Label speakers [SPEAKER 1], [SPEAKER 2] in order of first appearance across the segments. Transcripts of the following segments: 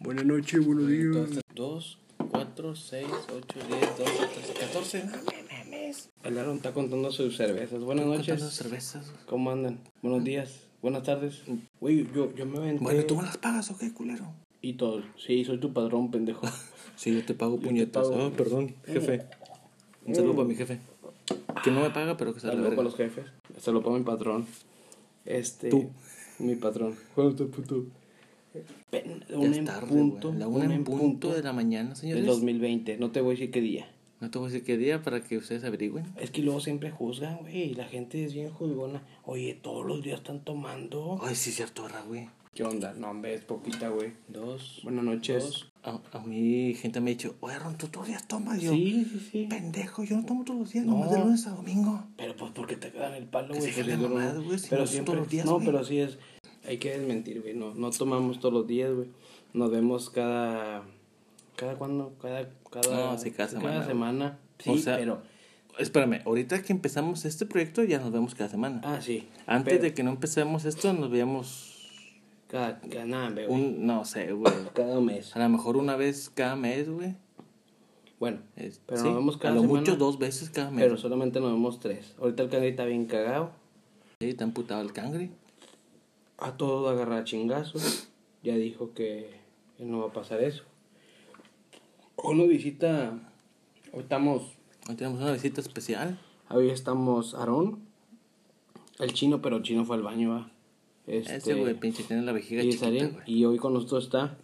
[SPEAKER 1] Buenas noches, buenos días.
[SPEAKER 2] 2, 4, 6, 8, 10, 12, 13, 14. No me mames.
[SPEAKER 3] El Aaron está contando sus cervezas. Buenas
[SPEAKER 2] Contando
[SPEAKER 3] noches.
[SPEAKER 2] cervezas.
[SPEAKER 3] ¿Cómo andan? Buenos días. Buenas tardes. Güey, yo, yo me aventé.
[SPEAKER 2] Bueno, ¿tú me las pagas o qué, culero?
[SPEAKER 3] Y todo. Sí, soy tu padrón, pendejo.
[SPEAKER 2] Sí, yo te pago
[SPEAKER 3] te
[SPEAKER 2] puñetas.
[SPEAKER 3] pago. Eh.
[SPEAKER 2] Ah, perdón, jefe. Un saludo para mi jefe. Que no me paga, pero que se la
[SPEAKER 3] Saludos
[SPEAKER 2] verga.
[SPEAKER 3] para los jefes. Se lo pongo mi patrón. Este.
[SPEAKER 2] Tú.
[SPEAKER 3] Mi patrón. ¿Cuánto puto?
[SPEAKER 2] Ya
[SPEAKER 3] Una
[SPEAKER 2] es
[SPEAKER 3] en
[SPEAKER 2] tarde,
[SPEAKER 3] punto.
[SPEAKER 2] güey. La una en punto de la mañana,
[SPEAKER 3] del
[SPEAKER 2] señores.
[SPEAKER 3] 2020. No te voy a decir qué día.
[SPEAKER 2] No te voy a decir qué día para que ustedes averigüen.
[SPEAKER 3] Es que luego siempre juzgan, güey. La gente es bien juzgona. Oye, todos los días están tomando.
[SPEAKER 2] Ay, sí, cierto, ahora, güey.
[SPEAKER 3] ¿Qué onda? No, hombre, es poquita, güey.
[SPEAKER 2] Dos.
[SPEAKER 3] Buenas noches.
[SPEAKER 2] dos. A, a mí gente me ha dicho, oye, Ron, tú todos los días tomas. Yo,
[SPEAKER 3] Sí, sí, sí.
[SPEAKER 2] pendejo, yo no tomo todos los días,
[SPEAKER 3] No.
[SPEAKER 2] nomás de lunes a domingo.
[SPEAKER 3] Pero pues porque te quedan el palo,
[SPEAKER 2] Que
[SPEAKER 3] güey.
[SPEAKER 2] se
[SPEAKER 3] que
[SPEAKER 2] quede
[SPEAKER 3] seguro
[SPEAKER 2] mamado,
[SPEAKER 3] no.
[SPEAKER 2] güey, si
[SPEAKER 3] pero
[SPEAKER 2] no es
[SPEAKER 3] siempre.
[SPEAKER 2] todos los días,
[SPEAKER 3] no,
[SPEAKER 2] güey.
[SPEAKER 3] pero sí es. Hay que desmentir, güey. No, no tomamos todos los días, güey. Nos vemos cada. ¿Cada cuándo? Cada. cada
[SPEAKER 2] No, sí, cada semana,
[SPEAKER 3] semana. Sí,
[SPEAKER 2] O sea-
[SPEAKER 3] pero.
[SPEAKER 2] Espérame, ahorita que empezamos este proyecto ya nos vemos cada semana.
[SPEAKER 3] Ah, sí.
[SPEAKER 2] Antes
[SPEAKER 3] pero
[SPEAKER 2] de que no empecemos esto nos veíamos
[SPEAKER 3] Cada. cada nada, güey.
[SPEAKER 2] un, Ah, no sé, güey.
[SPEAKER 3] Cada mes.
[SPEAKER 2] A lo mejor una vez cada mes, güey.
[SPEAKER 3] Bueno.
[SPEAKER 2] Es-
[SPEAKER 3] Pero
[SPEAKER 2] sí,
[SPEAKER 3] nos vemos cada
[SPEAKER 2] A lo
[SPEAKER 3] semana.
[SPEAKER 2] mucho dos veces cada mes.
[SPEAKER 3] Pero solamente nos vemos tres. Ahorita el cangre está bien cagado.
[SPEAKER 2] Sí, está amputado el cangre.
[SPEAKER 3] A todo agarra a chingazos. Ya dijo que no va a pasar eso. Hoy nos visita. Hoy estamos.
[SPEAKER 2] Hoy tenemos una visita especial.
[SPEAKER 3] Hoy estamos Aarón. El chino, pero el chino fue al baño, va. Este,
[SPEAKER 2] Ese güey pinche tiene la vejiga
[SPEAKER 3] y,
[SPEAKER 2] chiquita,
[SPEAKER 3] Sarin,
[SPEAKER 2] güey.
[SPEAKER 3] y hoy con nosotros está.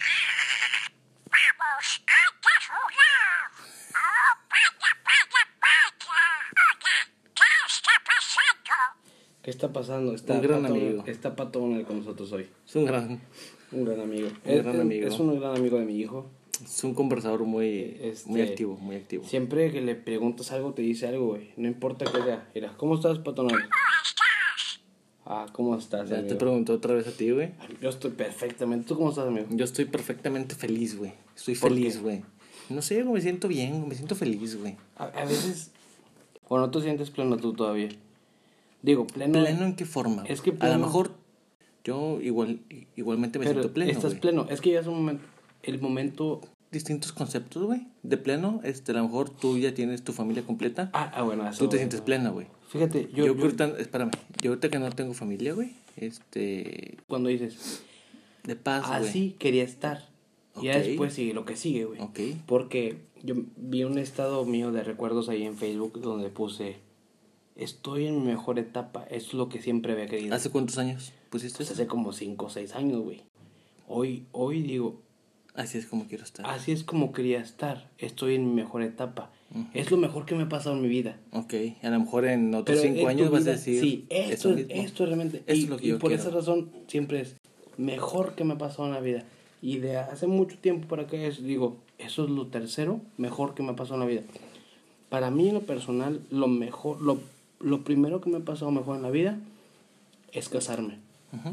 [SPEAKER 3] ¿Qué está pasando? Está
[SPEAKER 2] Un gran
[SPEAKER 3] Pato-
[SPEAKER 2] amigo.
[SPEAKER 3] Está Patón con nosotros hoy.
[SPEAKER 2] Es un gran,
[SPEAKER 3] Un gran amigo.
[SPEAKER 2] Un
[SPEAKER 3] es,
[SPEAKER 2] gran
[SPEAKER 3] es-
[SPEAKER 2] amigo.
[SPEAKER 3] es un gran amigo de mi hijo.
[SPEAKER 2] es un conversador muy,
[SPEAKER 3] Este-
[SPEAKER 2] muy activo, muy activo.
[SPEAKER 3] Siempre que le preguntas algo, te dice algo, güey. No importa qué sea. Mira, ¿cómo estás, Patón? Ah, ¿cómo estás?
[SPEAKER 2] Ya te
[SPEAKER 3] amigo?
[SPEAKER 2] pregunto otra vez a ti, güey.
[SPEAKER 3] Yo estoy perfectamente. ¿Tú cómo estás, amigo?
[SPEAKER 2] Yo estoy perfectamente feliz, güey. Estoy
[SPEAKER 3] ¿Por
[SPEAKER 2] feliz,
[SPEAKER 3] qué?
[SPEAKER 2] güey. No sé, güey, me siento bien, güey, me siento feliz, güey.
[SPEAKER 3] A, a veces. O no te sientes pleno tú todavía. Digo, pleno.
[SPEAKER 2] ¿Pleno en qué forma?
[SPEAKER 3] Es
[SPEAKER 2] Es
[SPEAKER 3] que
[SPEAKER 2] que A
[SPEAKER 3] pleno-
[SPEAKER 2] lo mejor yo igual, igualmente me
[SPEAKER 3] pero
[SPEAKER 2] siento pleno,
[SPEAKER 3] Estás
[SPEAKER 2] güey.
[SPEAKER 3] pleno. Es que ya es un momento. El momento.
[SPEAKER 2] Distintos conceptos, güey. De pleno, este, a lo mejor tú ya tienes tu familia completa.
[SPEAKER 3] Ah, ah, bueno, eso.
[SPEAKER 2] tú te sientes plena, güey.
[SPEAKER 3] Fíjate,
[SPEAKER 2] Yo,
[SPEAKER 3] yo. yo-
[SPEAKER 2] que ahorita, espérame, yo ahorita que no tengo familia, güey, este,
[SPEAKER 3] cuando dices.
[SPEAKER 2] de paz, Ah, güey.
[SPEAKER 3] Así quería estar. Y ya
[SPEAKER 2] Ok.
[SPEAKER 3] después sigue lo que sigue, güey.
[SPEAKER 2] Ok.
[SPEAKER 3] Porque yo vi un estado mío de recuerdos ahí en Facebook donde puse. Estoy en mi mejor etapa. Es lo que siempre había querido.
[SPEAKER 2] ¿Hace cuántos años pusiste
[SPEAKER 3] Pues
[SPEAKER 2] eso?
[SPEAKER 3] hace como 5 o 6 años, güey. Hoy, hoy digo,
[SPEAKER 2] Así es como quiero estar.
[SPEAKER 3] Así es como quería estar. Estoy en mi mejor etapa. Es lo mejor que me ha pasado en mi vida.
[SPEAKER 2] Ok, a lo mejor en otros
[SPEAKER 3] en tu
[SPEAKER 2] cinco años vas
[SPEAKER 3] vida,
[SPEAKER 2] a decir...
[SPEAKER 3] Sí, esto,
[SPEAKER 2] eso
[SPEAKER 3] es,
[SPEAKER 2] mismo.
[SPEAKER 3] esto es realmente.
[SPEAKER 2] Esto
[SPEAKER 3] y,
[SPEAKER 2] es lo que
[SPEAKER 3] y
[SPEAKER 2] yo
[SPEAKER 3] por
[SPEAKER 2] quiero.
[SPEAKER 3] esa razón siempre es mejor que me ha pasado en la vida. Y de hace mucho tiempo para acá es, digo, eso es lo tercero mejor que me ha pasado en la vida. Para mí, en lo personal, lo mejor, lo, lo primero que me ha pasado mejor en la vida es casarme.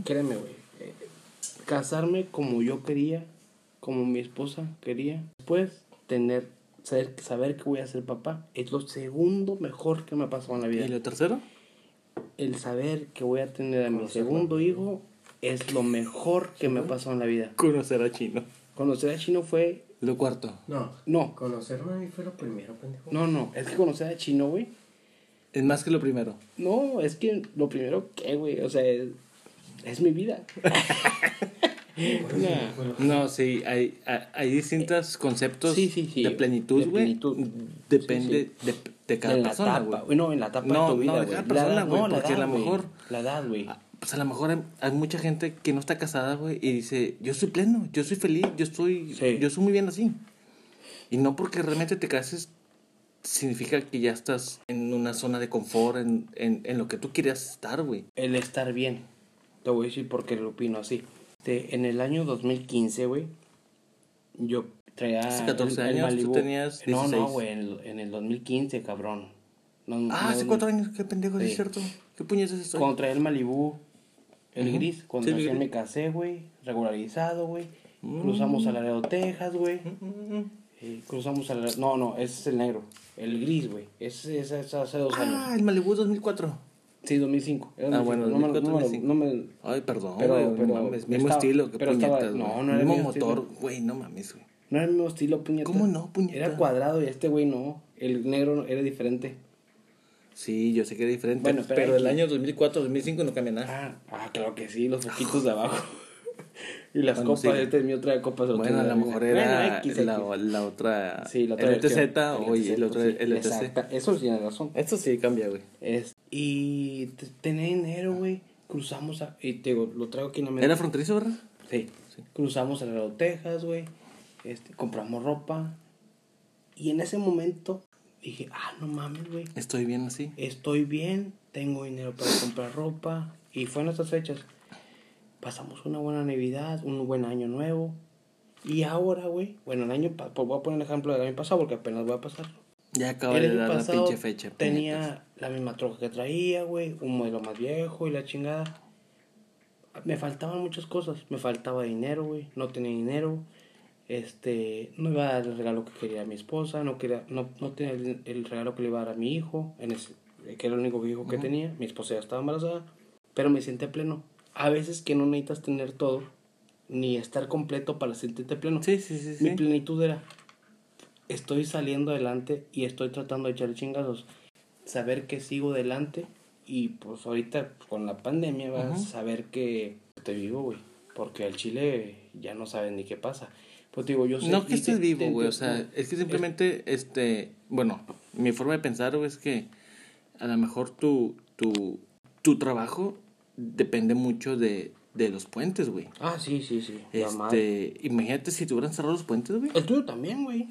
[SPEAKER 3] Créeme, güey. Eh, casarme como yo quería, como mi esposa quería. Después, tener, saber, saber que voy a ser papá es lo segundo mejor que me ha pasado en la vida.
[SPEAKER 2] ¿Y lo tercero?
[SPEAKER 3] El saber que voy a tener a mi segundo hijo es lo mejor que me ha pasado en la vida.
[SPEAKER 2] Conocer a Chino.
[SPEAKER 3] Conocer a Chino fue.
[SPEAKER 2] Lo cuarto.
[SPEAKER 1] No,
[SPEAKER 3] No,
[SPEAKER 1] conocerme a mí fue lo primero, pendejo.
[SPEAKER 3] no, no. Es que conocer a Chino, güey.
[SPEAKER 2] Es más que lo primero.
[SPEAKER 3] No, es que lo primero que, güey. O sea, es, es mi vida. Nah.
[SPEAKER 2] No, sí, hay, hay, hay distintos conceptos
[SPEAKER 3] Eh, sí, sí, sí,
[SPEAKER 2] de plenitud,
[SPEAKER 3] de
[SPEAKER 2] güey.
[SPEAKER 3] plenitud.
[SPEAKER 2] Depende De, de cada
[SPEAKER 3] en la
[SPEAKER 2] persona,
[SPEAKER 3] etapa,
[SPEAKER 2] güey.
[SPEAKER 3] No, en la etapa
[SPEAKER 2] No,
[SPEAKER 3] de tu vida,
[SPEAKER 2] no, de
[SPEAKER 3] güey.
[SPEAKER 2] cada
[SPEAKER 3] La edad,
[SPEAKER 2] persona, güey,
[SPEAKER 3] no, la
[SPEAKER 2] porque a
[SPEAKER 3] edad,
[SPEAKER 2] lo
[SPEAKER 3] güey.
[SPEAKER 2] mejor-
[SPEAKER 3] La edad, güey.
[SPEAKER 2] Pues a lo mejor hay, hay mucha gente que no está casada, güey, y dice, yo soy pleno, yo soy feliz, yo estoy,
[SPEAKER 3] Sí.
[SPEAKER 2] yo soy muy bien así. Y no porque realmente te cases significa que ya estás en una zona de confort, en, en, en lo que tú querías estar, güey.
[SPEAKER 3] El estar bien. Te voy a decir por qué lo opino así. Te- en el año 2015, güey, yo traía.
[SPEAKER 2] Hace 14
[SPEAKER 3] el- el
[SPEAKER 2] años, tú
[SPEAKER 3] Malibu.
[SPEAKER 2] tenías
[SPEAKER 3] No, no,
[SPEAKER 2] 16.
[SPEAKER 3] güey, en, el- en el 2015, cabrón. No, no,
[SPEAKER 2] Ah, hace
[SPEAKER 3] no.
[SPEAKER 2] cuatro años, qué pendejo, sí
[SPEAKER 3] Sí.
[SPEAKER 2] es cierto. ¿Qué puñetas es esto?
[SPEAKER 3] Cuando traía el Malibú, el
[SPEAKER 2] Ujú.
[SPEAKER 3] gris, cuando
[SPEAKER 2] Sí, el
[SPEAKER 3] recién
[SPEAKER 2] gris. Mm.
[SPEAKER 3] me casé, güey, regularizado, güey. Cruzamos a Laredo, Texas, güey. Eh, cruzamos a Laredo. No, no, ese es el negro. El gris, güey. Ese es hace dos años.
[SPEAKER 2] Ah, el Malibu 2004.
[SPEAKER 3] Sí, 2005. Era
[SPEAKER 2] Ah,
[SPEAKER 3] 2005.
[SPEAKER 2] bueno,
[SPEAKER 3] no me, lo-
[SPEAKER 2] 2004,
[SPEAKER 3] no me lo-
[SPEAKER 2] 2005.
[SPEAKER 3] no me-
[SPEAKER 2] Ay, perdón,
[SPEAKER 3] Pero-
[SPEAKER 2] güey,
[SPEAKER 3] pero-
[SPEAKER 2] no mames.
[SPEAKER 3] pero
[SPEAKER 2] Mismo
[SPEAKER 3] estaba-
[SPEAKER 2] estilo, qué
[SPEAKER 3] pero estaba-
[SPEAKER 2] puñetas,
[SPEAKER 3] no,
[SPEAKER 2] güey.
[SPEAKER 3] no era
[SPEAKER 2] Mismo
[SPEAKER 3] mismo estilo.
[SPEAKER 2] motor, güey, no mames, güey.
[SPEAKER 3] no era el mismo estilo, puñeta.
[SPEAKER 2] ¿Cómo no, puñeta?
[SPEAKER 3] Era cuadrado y este güey no. El negro era diferente.
[SPEAKER 2] Sí, yo sé que era diferente.
[SPEAKER 3] Bueno, pero
[SPEAKER 2] pero
[SPEAKER 3] hay-
[SPEAKER 2] el año 2004, 2005 no cambia nada.
[SPEAKER 3] Ah, ah, claro que sí, los ojitos de abajo. y las
[SPEAKER 2] Bueno,
[SPEAKER 3] copas,
[SPEAKER 2] sí.
[SPEAKER 3] este es mi otra copa. se lo
[SPEAKER 2] bueno,
[SPEAKER 3] tengo
[SPEAKER 2] a lo
[SPEAKER 3] ahí.
[SPEAKER 2] mejor
[SPEAKER 3] Bueno,
[SPEAKER 2] era
[SPEAKER 3] X,
[SPEAKER 2] la,
[SPEAKER 3] X.
[SPEAKER 2] la otra.
[SPEAKER 3] Sí, la otra
[SPEAKER 2] el E LTZ
[SPEAKER 3] versión. E
[SPEAKER 2] o el otro
[SPEAKER 3] pues sí,
[SPEAKER 2] el E LTC.
[SPEAKER 3] exacta. Eso sí tiene razón.
[SPEAKER 2] Esto sí cambia, güey.
[SPEAKER 3] Es- y te- tenía dinero, güey. Cruzamos a. Y te digo, lo traigo aquí en la mente.
[SPEAKER 2] Era fronterizo, ¿verdad?
[SPEAKER 3] Sí. Cruzamos el Lago Texas, güey. Este, compramos ropa. Y en ese momento dije, ah, no mames, güey.
[SPEAKER 2] Estoy bien así.
[SPEAKER 3] Estoy bien, tengo dinero para comprar ropa. Y fue en estas fechas. Pasamos una buena Navidad, un buen año nuevo. Y ahora, güey, bueno, el año, pa- pues voy a poner el ejemplo del año pasado porque apenas voy a pasar.
[SPEAKER 2] Ya acaba
[SPEAKER 3] El
[SPEAKER 2] de
[SPEAKER 3] año
[SPEAKER 2] dar la
[SPEAKER 3] pasado
[SPEAKER 2] pinche fecha.
[SPEAKER 3] tenía
[SPEAKER 2] puñetas.
[SPEAKER 3] la misma troca que traía, güey, un modelo más viejo y la chingada. Me faltaban muchas cosas, me faltaba dinero, güey, no tenía dinero, este, no iba a dar el regalo que quería a mi esposa, no quería, no, no tenía el, el regalo que le iba a dar a mi hijo, en ese- que era el único hijo que tenía, mi esposa ya estaba embarazada, pero me siente pleno. A veces que no necesitas tener todo, ni estar completo para sentirte pleno.
[SPEAKER 2] Sí, sí, sí.
[SPEAKER 3] Mi
[SPEAKER 2] sí.
[SPEAKER 3] plenitud era, estoy saliendo adelante y estoy tratando de echar chingazos. Saber que sigo adelante y pues ahorita con la pandemia vas a
[SPEAKER 2] Ujú.
[SPEAKER 3] saber que estoy vivo, güey. Porque al chile ya no saben ni qué pasa. Pues digo, yo sé...
[SPEAKER 2] No que
[SPEAKER 3] y
[SPEAKER 2] estés
[SPEAKER 3] te-
[SPEAKER 2] vivo,
[SPEAKER 3] te-
[SPEAKER 2] güey.
[SPEAKER 3] te-
[SPEAKER 2] O sea, es que simplemente, este, bueno, mi forma de pensar güey, es que a lo mejor tu, tu, tu trabajo depende mucho de, de los puentes, güey.
[SPEAKER 3] Ah, sí, sí, sí. la madre.
[SPEAKER 2] Este, imagínate si te hubieran cerrado los puentes, güey.
[SPEAKER 3] El tuyo también, güey.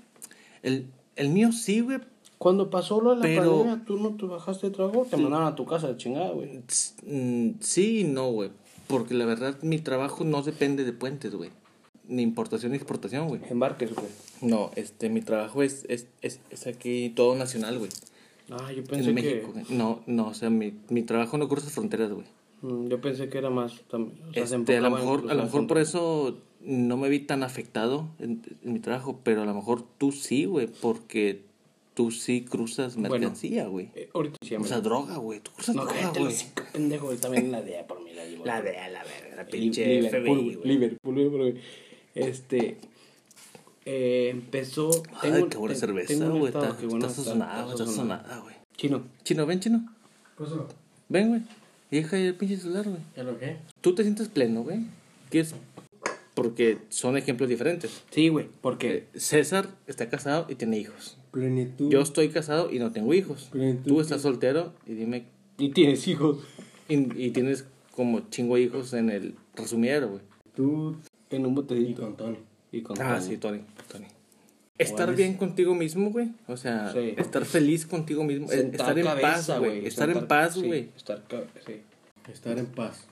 [SPEAKER 2] El, el mío sí, güey.
[SPEAKER 3] Cuando pasó lo de la
[SPEAKER 2] Pero-
[SPEAKER 3] pandemia, tú no te bajaste de trabajo, te mandaron a tu casa de chingada, güey.
[SPEAKER 2] s- mm, Sí y no, güey. Porque la verdad, mi trabajo no depende de puentes, güey. Ni importación ni exportación, güey.
[SPEAKER 3] Embarques, güey.
[SPEAKER 2] No, este, mi trabajo es, es, es, es aquí todo nacional, güey.
[SPEAKER 3] Ah, yo pensé
[SPEAKER 2] En
[SPEAKER 3] que...
[SPEAKER 2] México, güey. No, no, o sea, mi, mi trabajo no cruza fronteras, güey.
[SPEAKER 3] Mm, Yo pensé que era más... también, o sea, se
[SPEAKER 2] Este, a lo
[SPEAKER 3] enfocaba en
[SPEAKER 2] mejor, a
[SPEAKER 3] cruzar
[SPEAKER 2] lo mejor
[SPEAKER 3] fronteras.
[SPEAKER 2] por eso no me vi tan afectado en, en mi trabajo, pero a lo mejor tú sí, güey, porque tú sí cruzas
[SPEAKER 3] Bueno.
[SPEAKER 2] mercancía, güey.
[SPEAKER 3] Eh, ahorita sí,
[SPEAKER 2] o
[SPEAKER 3] hombre.
[SPEAKER 2] sea, droga, güey. Tú cruzas
[SPEAKER 3] no,
[SPEAKER 2] droga,
[SPEAKER 3] cállate, los
[SPEAKER 2] güey.
[SPEAKER 3] cinco pendejos. Yo También la DEA por mí. La, llevo.
[SPEAKER 2] La de la verga, la
[SPEAKER 3] Li-
[SPEAKER 2] pinche
[SPEAKER 3] Liverpool,
[SPEAKER 2] FBI,
[SPEAKER 3] güey,
[SPEAKER 2] güey.
[SPEAKER 3] Liverpool, Liverpool. Este. eh, empezó.
[SPEAKER 2] Ay,
[SPEAKER 3] un-
[SPEAKER 2] qué buena
[SPEAKER 3] te-
[SPEAKER 2] cerveza,
[SPEAKER 3] tengo un
[SPEAKER 2] güey.
[SPEAKER 3] estado
[SPEAKER 2] Está,
[SPEAKER 3] que, bueno,
[SPEAKER 2] está sazonada, güey, está sazonada, güey.
[SPEAKER 3] Chino,
[SPEAKER 2] Chino, ven, chino. Ven, güey. Y deja ahí el pinche celular, güey.
[SPEAKER 1] ¿Ya lo qué?
[SPEAKER 2] Tú te sientes pleno, güey. ¿Qué es? Porque son ejemplos diferentes.
[SPEAKER 3] sí, güey, porque.
[SPEAKER 2] Eh, César está casado y tiene hijos.
[SPEAKER 1] Plenitud.
[SPEAKER 2] Yo estoy casado y no tengo hijos.
[SPEAKER 1] Plenitud.
[SPEAKER 2] Tú estás soltero y dime
[SPEAKER 3] Y tienes hijos.
[SPEAKER 2] y, y tienes como chingo hijos en el resumidero, güey.
[SPEAKER 1] Tú
[SPEAKER 3] En un
[SPEAKER 1] y
[SPEAKER 3] botellito.
[SPEAKER 1] con Tony.
[SPEAKER 3] Y con
[SPEAKER 2] Ah,
[SPEAKER 3] todo.
[SPEAKER 2] sí, Tony, Tony. Estar bien contigo mismo, güey. O sea,
[SPEAKER 3] Sí.
[SPEAKER 2] estar feliz contigo mismo. eh,
[SPEAKER 3] Sentar
[SPEAKER 2] Estar en
[SPEAKER 3] cabeza,
[SPEAKER 2] paz, güey. Estar en
[SPEAKER 3] Sentar-
[SPEAKER 2] paz,
[SPEAKER 3] sí,
[SPEAKER 2] güey.
[SPEAKER 3] estar ca- sí.
[SPEAKER 1] Estar en paz.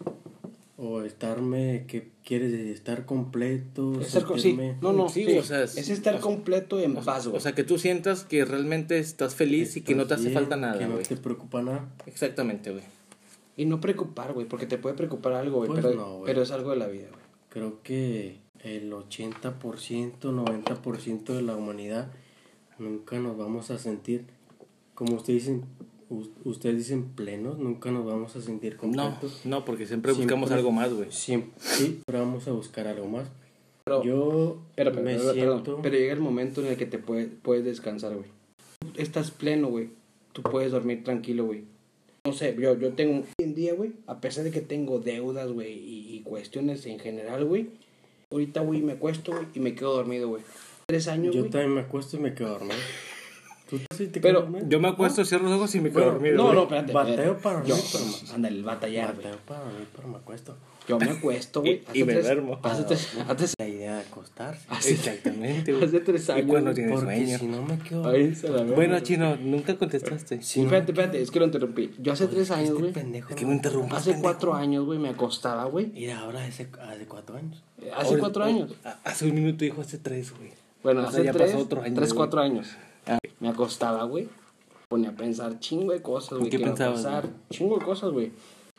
[SPEAKER 1] O estarme, que quieres decir? Estar completo.
[SPEAKER 3] Estar con- sí.
[SPEAKER 1] Pues, sentirme-
[SPEAKER 3] No, no,
[SPEAKER 2] Sí,
[SPEAKER 3] sí,
[SPEAKER 2] o sea, es-
[SPEAKER 3] es estar completo y en paz, güey.
[SPEAKER 2] O sea, que tú sientas que realmente estás feliz y que no te hace
[SPEAKER 1] Bien,
[SPEAKER 2] falta
[SPEAKER 1] Que
[SPEAKER 2] nada,
[SPEAKER 1] no
[SPEAKER 2] güey.
[SPEAKER 1] te preocupa nada.
[SPEAKER 2] Exactamente, güey.
[SPEAKER 3] y no preocupar, güey, porque te puede preocupar algo, güey,
[SPEAKER 1] Pues
[SPEAKER 3] pero,
[SPEAKER 1] no, güey.
[SPEAKER 3] pero es algo de la vida, güey.
[SPEAKER 1] Creo que el 80%, 90% de la humanidad nunca nos vamos a sentir, como ustedes dicen, us- ustedes dicen plenos, nunca nos vamos a sentir
[SPEAKER 2] No,
[SPEAKER 1] completos.
[SPEAKER 2] no, porque siempre buscamos
[SPEAKER 1] Siempre-
[SPEAKER 2] algo más, güey.
[SPEAKER 1] Siempre, siempre vamos a buscar algo más.
[SPEAKER 3] Pero-
[SPEAKER 1] Yo
[SPEAKER 3] Pero, pero,
[SPEAKER 1] me
[SPEAKER 3] pero,
[SPEAKER 1] siento...
[SPEAKER 3] perdón, pero llega el momento en el que te puede- puedes descansar, güey. Estás pleno, güey. Tú puedes dormir tranquilo, güey. No sé, yo, yo tengo... Hoy en día, güey, a pesar de que tengo deudas, güey, y, y cuestiones en general, güey, ahorita, güey, me cuesto, güey, y me quedo dormido, güey. Tres años,
[SPEAKER 1] Yo
[SPEAKER 3] güey.
[SPEAKER 1] también me acuesto y me quedo dormido. ¿Tú sí te
[SPEAKER 3] Pero-
[SPEAKER 1] quedas dormido?
[SPEAKER 2] Yo me acuesto, cierro los ojos y me quedo dormido.
[SPEAKER 3] No,
[SPEAKER 2] güey.
[SPEAKER 3] no, espérate.
[SPEAKER 1] Bateo
[SPEAKER 3] espérate.
[SPEAKER 1] para dormir,
[SPEAKER 3] Yo,
[SPEAKER 1] pero
[SPEAKER 3] ándale, el batallar, güey.
[SPEAKER 1] Mateo Ah, para dormir, pero me acuesto.
[SPEAKER 3] Yo me acuesto, güey.
[SPEAKER 2] Y- y
[SPEAKER 3] hace
[SPEAKER 2] me
[SPEAKER 3] tres-
[SPEAKER 2] duermo. Ah.
[SPEAKER 3] Hace tres, hace,
[SPEAKER 1] La idea de acostarse.
[SPEAKER 3] hace-
[SPEAKER 2] Exactamente, güey.
[SPEAKER 3] Hace tres años,
[SPEAKER 2] Y cuando
[SPEAKER 3] güey,
[SPEAKER 2] Ah, tienes
[SPEAKER 1] Porque
[SPEAKER 2] sueño.
[SPEAKER 1] si no me quedo
[SPEAKER 3] Ahí se la ve.
[SPEAKER 2] Bueno, chino, nunca contestaste.
[SPEAKER 1] Si no-
[SPEAKER 3] Espérate, espérate, es que lo interrumpí. Yo hace tres años,
[SPEAKER 1] Este
[SPEAKER 3] güey.
[SPEAKER 1] pendejo.
[SPEAKER 2] Es que me interrumpiste.
[SPEAKER 3] Hace cuatro años, güey, me acostaba, güey.
[SPEAKER 1] Mira, ahora hace, hace cuatro años.
[SPEAKER 3] Hace cuatro años.
[SPEAKER 2] Hace un minuto dijo hace tres, güey.
[SPEAKER 3] Bueno,
[SPEAKER 2] O sea,
[SPEAKER 3] hace
[SPEAKER 2] Ah, ya
[SPEAKER 3] tres,
[SPEAKER 2] pasó otro año,
[SPEAKER 3] tres,
[SPEAKER 2] güey.
[SPEAKER 3] cuatro años.
[SPEAKER 2] Ah.
[SPEAKER 3] Me acostaba, güey. Ponía a pensar chingo de cosas, güey.
[SPEAKER 2] ¿Qué
[SPEAKER 3] que iba a
[SPEAKER 2] pensabas,
[SPEAKER 3] pasar? Chingo de cosas, güey.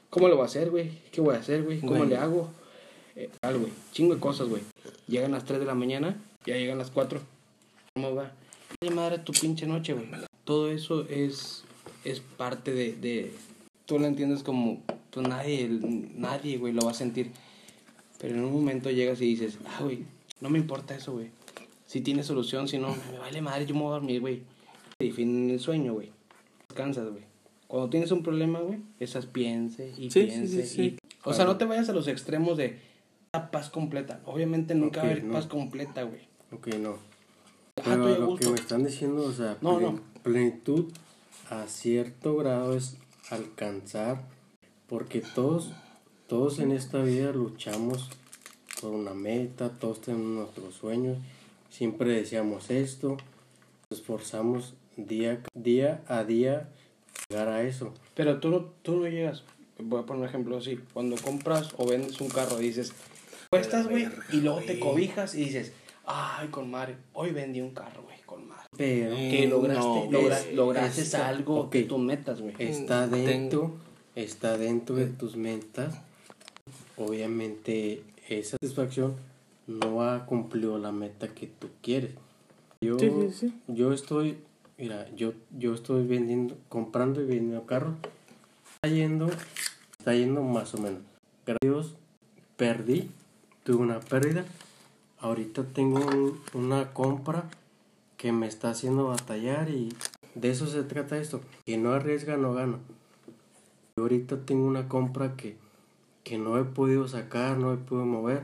[SPEAKER 3] ¿Cómo lo voy a hacer, güey? ¿Qué voy a hacer, güey? ¿Cómo
[SPEAKER 2] Güey.
[SPEAKER 3] le hago? Eh, tal, güey. Chingo de cosas, güey. Llegan las tres de la mañana, ya llegan las cuatro. ¿Cómo va? Qué madre tu pinche noche, güey. Todo eso es, es parte de, de, tú lo entiendes como, pues nadie, nadie, güey, lo va a sentir. Pero en un momento llegas y dices, ah, güey, no me importa eso, güey. Si tiene solución, si no, me vale madre, yo me voy a dormir, güey. Y fin el sueño, güey. Descansas, güey. Cuando tienes un problema, güey, esas piense y
[SPEAKER 2] Sí, sí,
[SPEAKER 3] piense.
[SPEAKER 2] sí, sí.
[SPEAKER 3] y- O sea, no te vayas a los extremos de la paz completa. Obviamente nunca
[SPEAKER 1] Ok,
[SPEAKER 3] va a haber
[SPEAKER 1] no.
[SPEAKER 3] paz completa, güey.
[SPEAKER 1] Ok, no.
[SPEAKER 3] Ah,
[SPEAKER 1] Pero
[SPEAKER 3] estoy a
[SPEAKER 1] lo que
[SPEAKER 3] gusto.
[SPEAKER 1] me están diciendo, o sea,
[SPEAKER 3] No,
[SPEAKER 1] plen-
[SPEAKER 3] no.
[SPEAKER 1] plenitud a cierto grado es alcanzar, porque todos, todos en esta vida luchamos por una meta, todos tenemos nuestros sueños, siempre deseamos esto, nos esforzamos día, día a día llegar a eso.
[SPEAKER 3] Pero tú no, tú no llegas. Voy a poner un ejemplo así. Cuando compras o vendes un carro, dices, cuestas, güey, y luego te cobijas y dices, ay, con madre, hoy vendí un carro, güey, con madre.
[SPEAKER 1] Pero
[SPEAKER 3] Que lograste,
[SPEAKER 2] no,
[SPEAKER 3] logra-
[SPEAKER 2] güey.
[SPEAKER 3] lograste
[SPEAKER 1] Esto,
[SPEAKER 3] algo
[SPEAKER 1] ok.
[SPEAKER 3] que tú metas, güey.
[SPEAKER 1] está
[SPEAKER 2] Tengo-
[SPEAKER 1] dentro, está dentro de tus metas. Obviamente esa satisfacción no ha cumplido la meta que tú quieres. Yo,
[SPEAKER 2] Sí, sí, sí.
[SPEAKER 1] yo estoy, mira, yo, yo estoy vendiendo, comprando y vendiendo carros. Está yendo, está yendo más o menos. Gracias a Dios, perdí, tuve una pérdida. Ahorita tengo un- una compra que me está haciendo batallar y de eso se trata esto. Que no arriesga, no gana. Yo ahorita tengo una compra que, que no he podido sacar, no he podido mover,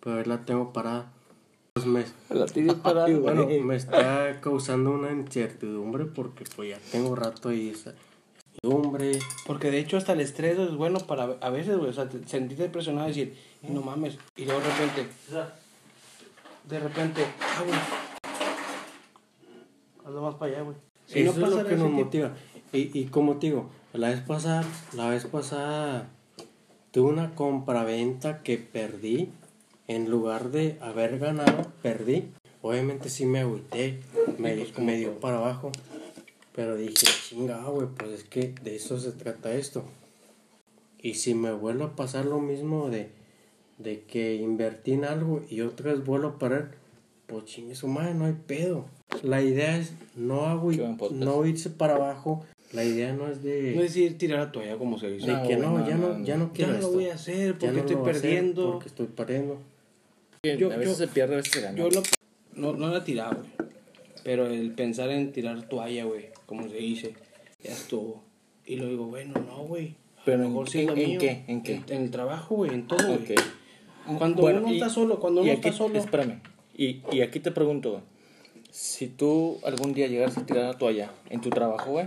[SPEAKER 1] pero la tengo parada dos meses.
[SPEAKER 2] La tienes parada,
[SPEAKER 1] Bueno, me está causando una incertidumbre porque pues ya tengo rato ahí esa incertidumbre.
[SPEAKER 3] Porque de hecho hasta el estrés es bueno para a veces, güey, o sea, te- sentirte presionado y decir, no mames, y luego de repente, de repente, ah, güey, hazlo más para allá, güey. Si
[SPEAKER 1] Eso es lo
[SPEAKER 3] pasara
[SPEAKER 1] que
[SPEAKER 3] ese
[SPEAKER 1] nos
[SPEAKER 3] tipo-
[SPEAKER 1] motiva. Y, y como te digo, la vez pasada, la vez pasada tuve una compraventa que perdí. En lugar de haber ganado, perdí. Obviamente sí me agüité, me, me dio para abajo. Pero dije, chinga, güey, pues es que de eso se trata esto. Y si me vuelve a pasar lo mismo de, de que invertí en algo y otra vez vuelvo a parar, pues chingue su madre, no hay pedo. La idea es no, agüi-
[SPEAKER 2] Qué buen podcast.
[SPEAKER 1] no irse para abajo. La idea no es de,
[SPEAKER 3] No es ir tirar la toalla como se dice.
[SPEAKER 1] de
[SPEAKER 2] No,
[SPEAKER 1] que
[SPEAKER 2] güey,
[SPEAKER 1] no,
[SPEAKER 2] no,
[SPEAKER 1] ya no,
[SPEAKER 2] no,
[SPEAKER 1] ya no
[SPEAKER 3] ya
[SPEAKER 1] quiero
[SPEAKER 3] no lo
[SPEAKER 1] esto.
[SPEAKER 3] voy a hacer
[SPEAKER 1] Ya
[SPEAKER 3] porque
[SPEAKER 1] no
[SPEAKER 3] estoy
[SPEAKER 1] lo voy a hacer
[SPEAKER 3] perdiendo.
[SPEAKER 1] Porque estoy perdiendo.
[SPEAKER 3] Yo-
[SPEAKER 2] a
[SPEAKER 3] yo-
[SPEAKER 2] veces se pierde, a veces se gana.
[SPEAKER 3] Yo lo, no, no la tiraba, güey. Pero el pensar en tirar toalla, güey, como se dice, ya estuvo. Y lo digo, bueno, no, güey. a
[SPEAKER 2] Pero
[SPEAKER 3] lo
[SPEAKER 2] en-
[SPEAKER 3] sí es lo
[SPEAKER 2] en- en
[SPEAKER 3] mío.
[SPEAKER 2] qué, en qué? Ah,
[SPEAKER 3] En el trabajo, güey, en todo, güey.
[SPEAKER 2] Ok.
[SPEAKER 3] Cuando
[SPEAKER 2] Bueno,
[SPEAKER 3] uno
[SPEAKER 2] y-
[SPEAKER 3] está solo, cuando uno
[SPEAKER 2] y
[SPEAKER 3] está
[SPEAKER 2] aquí-
[SPEAKER 3] solo.
[SPEAKER 2] Espérame. Y, y aquí te pregunto, güey, Si tú algún día llegaras a tirar la toalla en tu trabajo, güey,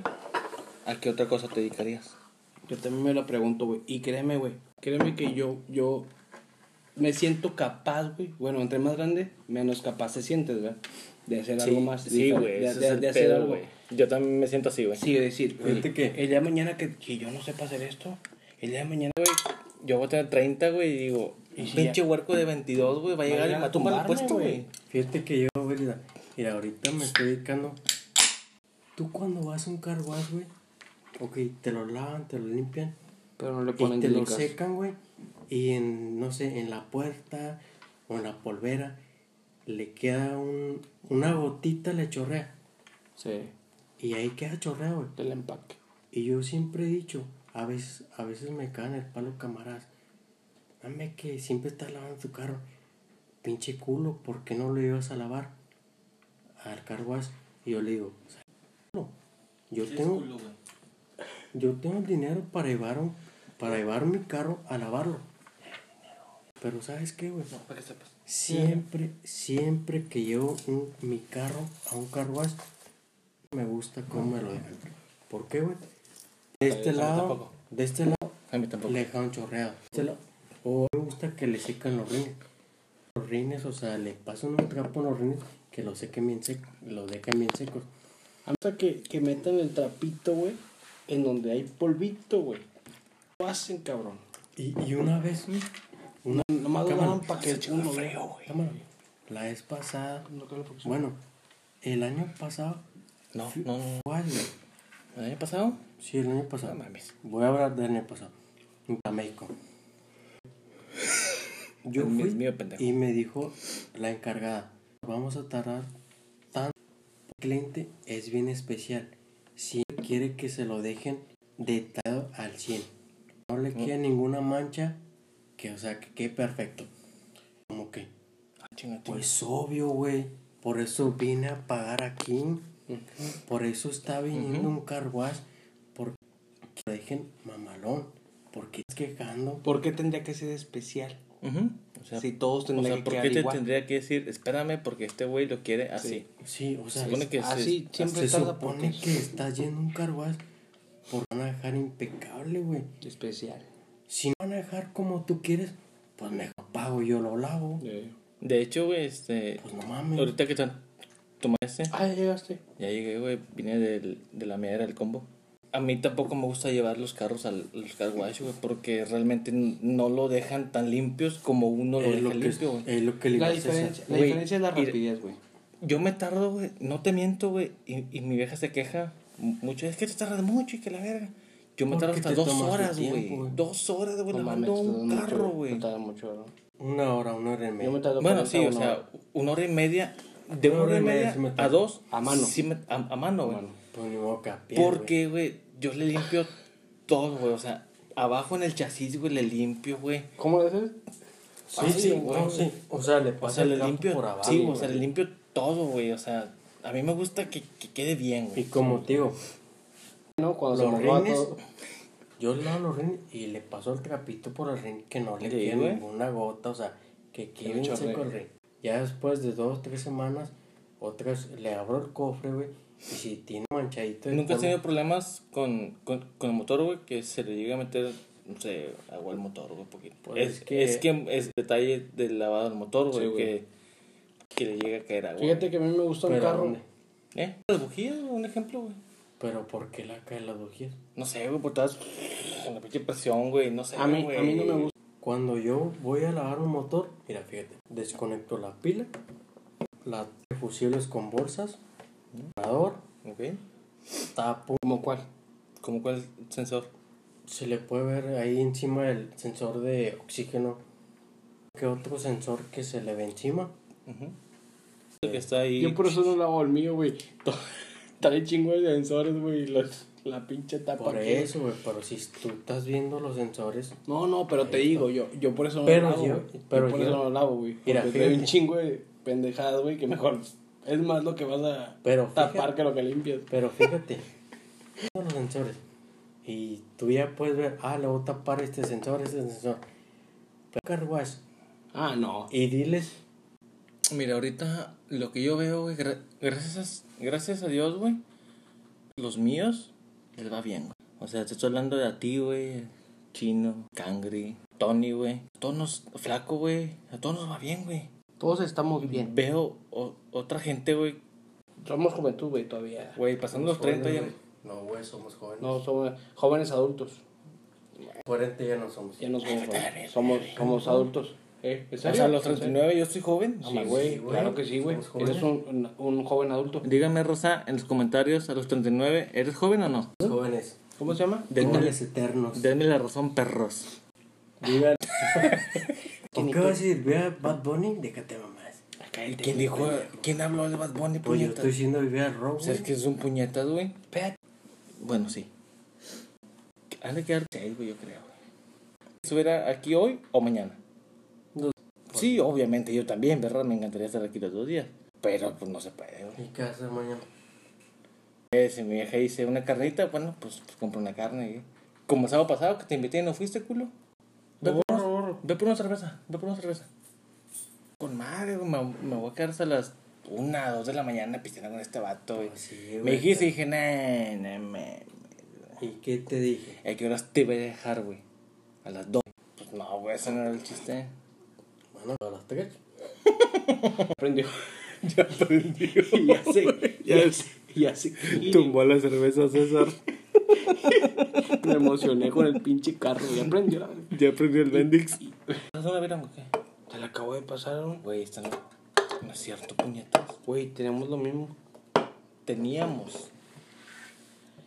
[SPEAKER 2] ¿a qué otra cosa te dedicarías?
[SPEAKER 3] Yo también me lo pregunto, güey. Y créeme, güey. Créeme que yo, yo me siento capaz, güey. Bueno, entre más grande, menos capaz te sientes, ¿verdad? De hacer algo más.
[SPEAKER 2] sí,
[SPEAKER 3] difer-
[SPEAKER 2] güey.
[SPEAKER 3] de-
[SPEAKER 2] ese
[SPEAKER 3] de-
[SPEAKER 2] es el
[SPEAKER 3] de hacer
[SPEAKER 2] pedo,
[SPEAKER 3] algo.
[SPEAKER 2] güey. Yo también me siento así, güey.
[SPEAKER 3] Sí, decir, güey,
[SPEAKER 1] Fíjate que-
[SPEAKER 3] el día de mañana que, que yo no sepa hacer esto, el día de mañana, güey,
[SPEAKER 2] Yo voy a tener 30, güey, y digo,
[SPEAKER 3] Y
[SPEAKER 2] un
[SPEAKER 3] si
[SPEAKER 2] pinche huerco de 22, güey, va a llegar y me
[SPEAKER 3] llegar
[SPEAKER 2] va
[SPEAKER 3] a
[SPEAKER 2] a tumbar el
[SPEAKER 3] tumbarme,
[SPEAKER 2] puesto, güey.
[SPEAKER 3] güey.
[SPEAKER 1] Fíjate que yo, ahorita, mira, ahorita me estoy dedicando. Tú cuando vas a un car wash, güey, ok, te lo lavan, te lo limpian,
[SPEAKER 3] pero no le
[SPEAKER 1] y
[SPEAKER 3] ponen
[SPEAKER 1] te lo
[SPEAKER 3] delicas.
[SPEAKER 1] secan, güey, y en, no sé, en la puerta o en la polvera, le queda un, una gotita, le chorrea,
[SPEAKER 3] Sí,
[SPEAKER 1] y ahí queda chorrea, güey.
[SPEAKER 3] del empaque.
[SPEAKER 1] Y yo siempre he dicho, a veces, a veces me caen el palo camaradas. Dame que siempre estás lavando tu carro. Pinche culo, ¿por qué no lo ibas a lavar? Al carguas. Y yo le digo, "Sa- culo, yo tengo, yo tengo el dinero para llevar un- para llevar mi carro a lavarlo. Pero sabes qué, güey.
[SPEAKER 2] Para que sepas.
[SPEAKER 1] Siempre, siempre que llevo un- mi carro a un carwash, me gusta cómo me lo dejan. ¿Por qué, güey? De este lado,
[SPEAKER 2] tampoco.
[SPEAKER 1] de este lado,
[SPEAKER 2] A mí tampoco.
[SPEAKER 1] le dejaron chorreado. De este lado, o me gusta que le secan los rines. Los rines, o sea, le pasan un trapo en los rines que los sequen bien secos, los dejan bien secos.
[SPEAKER 3] Hasta que, que metan el trapito, güey, en donde hay polvito, güey. Lo hacen, cabrón.
[SPEAKER 1] Y, y una vez, güey, una
[SPEAKER 3] Nomás lo
[SPEAKER 1] Cámara.
[SPEAKER 3] daban para que uno frío, güey.
[SPEAKER 1] cámara, la vez pasada,
[SPEAKER 3] No creo que-
[SPEAKER 1] bueno, el año pasado,
[SPEAKER 2] No, no, no.
[SPEAKER 1] ¿cuál, güey?
[SPEAKER 2] ¿El año pasado?
[SPEAKER 1] Sí, el año pasado.
[SPEAKER 2] No mames.
[SPEAKER 1] Voy a hablar del año pasado. A México. Yo
[SPEAKER 2] El mío-
[SPEAKER 1] fui
[SPEAKER 2] el mío, pendejo.
[SPEAKER 1] y me dijo la encargada, vamos a tardar tanto. El cliente es bien especial. Si quiere que se lo dejen detallado al 100. No
[SPEAKER 2] Mm.
[SPEAKER 1] le queda ninguna mancha que, o sea, que quede perfecto. Como que,
[SPEAKER 2] Ah, chinga, chinga.
[SPEAKER 1] pues obvio, güey. Por eso vine a pagar aquí. Por eso está viniendo un carwash. Porque que lo dejen mamalón. Porque es quejando.
[SPEAKER 3] ¿Por qué tendría que ser especial?
[SPEAKER 2] Ujú. O sea,
[SPEAKER 3] si todos
[SPEAKER 2] o
[SPEAKER 3] tendrían
[SPEAKER 2] sea,
[SPEAKER 3] Pues, que
[SPEAKER 2] ¿por qué
[SPEAKER 3] quedar
[SPEAKER 2] te
[SPEAKER 3] igual.
[SPEAKER 2] tendría que decir, espérame porque este güey lo quiere así?
[SPEAKER 1] Sí, o sea,
[SPEAKER 2] supone que se-
[SPEAKER 3] Así siempre
[SPEAKER 1] se
[SPEAKER 3] tarda porque
[SPEAKER 1] supone que está yendo un carwash. Por van a dejar impecable, güey.
[SPEAKER 3] es especial.
[SPEAKER 1] Si no van a dejar como tú quieres, pues mejor pago yo lo lavo.
[SPEAKER 2] De hecho, güey, este.
[SPEAKER 1] Pues no mames.
[SPEAKER 2] Ahorita que están. Toma este.
[SPEAKER 3] Ah, ya llegaste.
[SPEAKER 2] Ya llegué, güey. Vine del- de la media del combo. A mí tampoco me gusta llevar los carros al los car wash, güey, porque realmente n- no lo dejan tan limpios como uno lo
[SPEAKER 1] es
[SPEAKER 2] deja
[SPEAKER 1] lo, que,
[SPEAKER 2] limpio, güey.
[SPEAKER 1] es lo que le
[SPEAKER 3] La
[SPEAKER 1] ibas a hacer.
[SPEAKER 3] diferencia, la
[SPEAKER 2] Güey,
[SPEAKER 3] diferencia es la
[SPEAKER 2] y-
[SPEAKER 3] rapidez, güey.
[SPEAKER 2] Yo me tardo, güey, no te miento, güey, y, y mi vieja se queja mu- mucho, es que te tardas mucho y que la verga. Yo me
[SPEAKER 1] Porque
[SPEAKER 2] tardo hasta
[SPEAKER 1] te
[SPEAKER 2] dos
[SPEAKER 1] tomas tu
[SPEAKER 2] horas,
[SPEAKER 1] tiempo,
[SPEAKER 2] güey.
[SPEAKER 1] güey.
[SPEAKER 2] Dos horas, güey,
[SPEAKER 3] No
[SPEAKER 2] lavando
[SPEAKER 3] mames,
[SPEAKER 2] un
[SPEAKER 3] te tardas
[SPEAKER 2] carro,
[SPEAKER 3] mucho,
[SPEAKER 2] güey.
[SPEAKER 3] te tardas mucho, ¿verdad?
[SPEAKER 1] Una hora, una hora y media.
[SPEAKER 3] Yo me tardo
[SPEAKER 2] Bueno,
[SPEAKER 3] 40
[SPEAKER 2] sí, o
[SPEAKER 3] una
[SPEAKER 2] sea,
[SPEAKER 3] hora.
[SPEAKER 2] una hora y media, de
[SPEAKER 1] Una
[SPEAKER 2] una hora y media
[SPEAKER 1] sí me
[SPEAKER 2] a
[SPEAKER 1] tardo.
[SPEAKER 2] dos.
[SPEAKER 3] A mano.
[SPEAKER 2] sí me- a, a mano, güey.
[SPEAKER 1] Pues ni modo capiar,
[SPEAKER 2] Porque, güey, yo le limpio todo, güey. O sea, abajo en el chasis, güey, le limpio, güey.
[SPEAKER 3] ¿Cómo lo haces?
[SPEAKER 1] güey. Sí, sí, no, sí. O sea, le
[SPEAKER 2] O
[SPEAKER 1] pasa
[SPEAKER 2] sea, le
[SPEAKER 1] el campo
[SPEAKER 2] limpio.
[SPEAKER 1] por abajo.
[SPEAKER 2] sí, o sea, le
[SPEAKER 1] güey.
[SPEAKER 2] limpio todo, güey. O sea, a mí me gusta que, que quede bien,
[SPEAKER 1] Y
[SPEAKER 2] güey.
[SPEAKER 1] como te digo,
[SPEAKER 3] No, cuando
[SPEAKER 1] los
[SPEAKER 3] se mojó a
[SPEAKER 1] rines,
[SPEAKER 3] todo.
[SPEAKER 1] yo lavo los rines y le paso el trapito por el rin que no le
[SPEAKER 2] Sí,
[SPEAKER 1] quede
[SPEAKER 2] güey.
[SPEAKER 1] ninguna gota, o sea, que quede
[SPEAKER 3] no
[SPEAKER 1] bien
[SPEAKER 3] chorree.
[SPEAKER 1] seco el rin. Ya después de dos, tres semanas, otras le abro el cofre, güey, y si tiene manchadito de
[SPEAKER 2] Nunca he
[SPEAKER 1] polvo,
[SPEAKER 2] tenido problemas con, con, con el motor, güey, que se le llegue a meter, no sé, agua al motor, güey. Porque
[SPEAKER 1] Pues
[SPEAKER 2] es,
[SPEAKER 1] es
[SPEAKER 2] que...
[SPEAKER 1] que-
[SPEAKER 2] es que es detalle del lavado del motor, güey,
[SPEAKER 3] güey.
[SPEAKER 2] que, que le llegue a caer agua.
[SPEAKER 3] Fíjate que a mí me gusta un
[SPEAKER 1] Pero,
[SPEAKER 3] carro.
[SPEAKER 2] ¿Eh? Las bujías, güey, un ejemplo, güey.
[SPEAKER 1] pero ¿por qué la cae la bujías?
[SPEAKER 2] No sé, güey, por todas con la pinche presión, güey, no sé,
[SPEAKER 3] A mí,
[SPEAKER 2] güey.
[SPEAKER 3] a mí no me gusta.
[SPEAKER 1] Cuando yo voy a lavar un motor, mira, fíjate, desconecto la pila, las fusibles con bolsas, cargador,
[SPEAKER 2] Ok.
[SPEAKER 1] tapo,
[SPEAKER 3] ¿Como cuál?
[SPEAKER 2] ¿Cómo cuál sensor?
[SPEAKER 1] se le puede ver ahí encima el sensor de oxígeno, que otro sensor que se le ve encima.
[SPEAKER 2] El que está ahí.
[SPEAKER 3] Eh, Yo por eso no lavo el mío, güey. To- Trae chingo de sensores, güey. y los- La pinche tapa.
[SPEAKER 1] Por
[SPEAKER 3] que-
[SPEAKER 1] eso, güey, pero si tú estás viendo los sensores,
[SPEAKER 3] No, no, pero te digo, yo, yo por eso no
[SPEAKER 1] Pero
[SPEAKER 3] lo lavo.
[SPEAKER 1] yo-
[SPEAKER 3] güey.
[SPEAKER 1] pero
[SPEAKER 3] por
[SPEAKER 1] yo-
[SPEAKER 3] eso no lo lavo, güey.
[SPEAKER 1] Mira,
[SPEAKER 3] Porque trae un
[SPEAKER 1] fíjate.
[SPEAKER 3] chingo de pendejadas, güey, que mejor es más lo que vas a
[SPEAKER 1] Pero
[SPEAKER 3] tapar
[SPEAKER 1] fíjate.
[SPEAKER 3] que lo que limpias.
[SPEAKER 1] pero fíjate, viendo los sensores, y tú ya puedes ver, ah, le voy a tapar este sensor, este sensor. Pero car wash,
[SPEAKER 3] Ah, no.
[SPEAKER 1] y diles
[SPEAKER 2] Mira, ahorita lo que yo veo, güey, gra- gracias, a- gracias a Dios, güey, los míos les va bien, güey. O sea, te estoy hablando de a ti, güey, Chino, Cangri, Tony, güey. A todos nos, flaco, güey, a todos nos va bien, güey.
[SPEAKER 3] Todos estamos bien.
[SPEAKER 2] Veo o- otra gente, güey,
[SPEAKER 3] Somos juventud, güey, todavía.
[SPEAKER 2] güey, pasando los 30
[SPEAKER 1] jóvenes,
[SPEAKER 2] ya.
[SPEAKER 1] güey. No, güey, somos jóvenes.
[SPEAKER 3] No somos jóvenes adultos.
[SPEAKER 1] 40 ya no somos.
[SPEAKER 3] Ya no somos jóvenes. Somos, somos adultos. ¿Eh? ¿En
[SPEAKER 2] O
[SPEAKER 3] serio?
[SPEAKER 2] sea, a los
[SPEAKER 3] ¿En serio?
[SPEAKER 2] 39 yo soy joven.
[SPEAKER 3] Sí, Ah, güey,
[SPEAKER 1] güey.
[SPEAKER 3] claro que sí, güey.
[SPEAKER 1] Somos jóvenes.
[SPEAKER 3] Eres un, un, un joven adulto.
[SPEAKER 2] Dígame, Rosa, en los comentarios, a los 39, ¿eres joven o no?
[SPEAKER 1] Jóvenes,
[SPEAKER 3] ¿Cómo se llama?
[SPEAKER 2] Denme,
[SPEAKER 1] jóvenes eternos.
[SPEAKER 2] denme la razón, perros.
[SPEAKER 1] Viva- ¿Con qué vas a decir? Viva Bad Bunny, déjate mamás.
[SPEAKER 2] ¿Quién dijo? ¿Quién habló de Bad Bunny,
[SPEAKER 1] Pues yo
[SPEAKER 2] puñetas?
[SPEAKER 1] estoy diciendo viva Rob,
[SPEAKER 2] O sea, es
[SPEAKER 1] güey.
[SPEAKER 2] que es un puñetas, güey. Bueno, sí. Han de quedar seis, güey, yo creo. ¿Estuviera aquí hoy o mañana?
[SPEAKER 1] Dos.
[SPEAKER 2] Sí, obviamente, yo también, ¿verdad? Me encantaría estar aquí los dos días. Pero, pues, no se puede, güey.
[SPEAKER 1] Mi casa mañana.
[SPEAKER 2] Eh, Si mi vieja dice una carnita, bueno, pues, pues compro una carne. güey. Como el sábado pasado que te invité y no fuiste, culo. Ve por, unos- ve por una cerveza, ve por una cerveza. Con madre, güey, me, me voy a quedar hasta las una, dos de la mañana pisteando con este vato, güey.
[SPEAKER 3] Pues
[SPEAKER 1] Sí,
[SPEAKER 2] Me
[SPEAKER 1] güey.
[SPEAKER 2] dijiste y dije, nah, nah, me.
[SPEAKER 1] ¿Y qué te dije?
[SPEAKER 2] ¿A qué horas te voy a dejar, güey? A las dos. Pues no, güey, ese no era el chiste.
[SPEAKER 1] Bueno, a las 3.
[SPEAKER 3] Aprendió.
[SPEAKER 2] Ya aprendió.
[SPEAKER 3] ya sé. Ya sé. Ya sé.
[SPEAKER 2] Tumbó la cerveza César.
[SPEAKER 3] Me emocioné con el pinche carro. Ya aprendió la verga.
[SPEAKER 2] Ya aprendió el Bendix. ¿Estás una vieron o qué?
[SPEAKER 3] Te la acabo de pasar, ¿no?
[SPEAKER 2] Güey, esta no, no es cierto, puñetas.
[SPEAKER 3] güey. tenemos lo mismo.
[SPEAKER 2] Teníamos.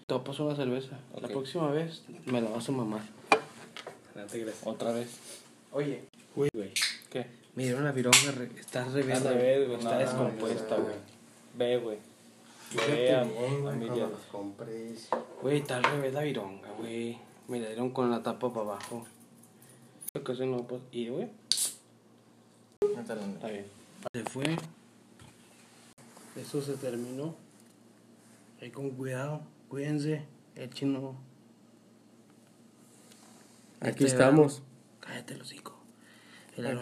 [SPEAKER 3] Te voy a pasar una cerveza. La
[SPEAKER 2] Ok.
[SPEAKER 3] próxima vez me la vas a mamar.
[SPEAKER 2] Otra vez.
[SPEAKER 3] Oye,
[SPEAKER 2] Güey, güey. ¿Qué?
[SPEAKER 3] mira una vironga re- está reviendo.
[SPEAKER 2] Está descompuesta, güey. Ve, güey.
[SPEAKER 1] Fíjate bien, güey, cuando los compres.
[SPEAKER 3] Güey, está al revés la vironga, güey. Me la dieron con la tapa para abajo. Creo que eso no pues, Y, güey, está bien. Se fue. Eso se terminó. Ahí con cuidado. Cuídense. El chino.
[SPEAKER 1] Aquí estamos. Este,
[SPEAKER 3] Cállate, los hijos.
[SPEAKER 1] Aquí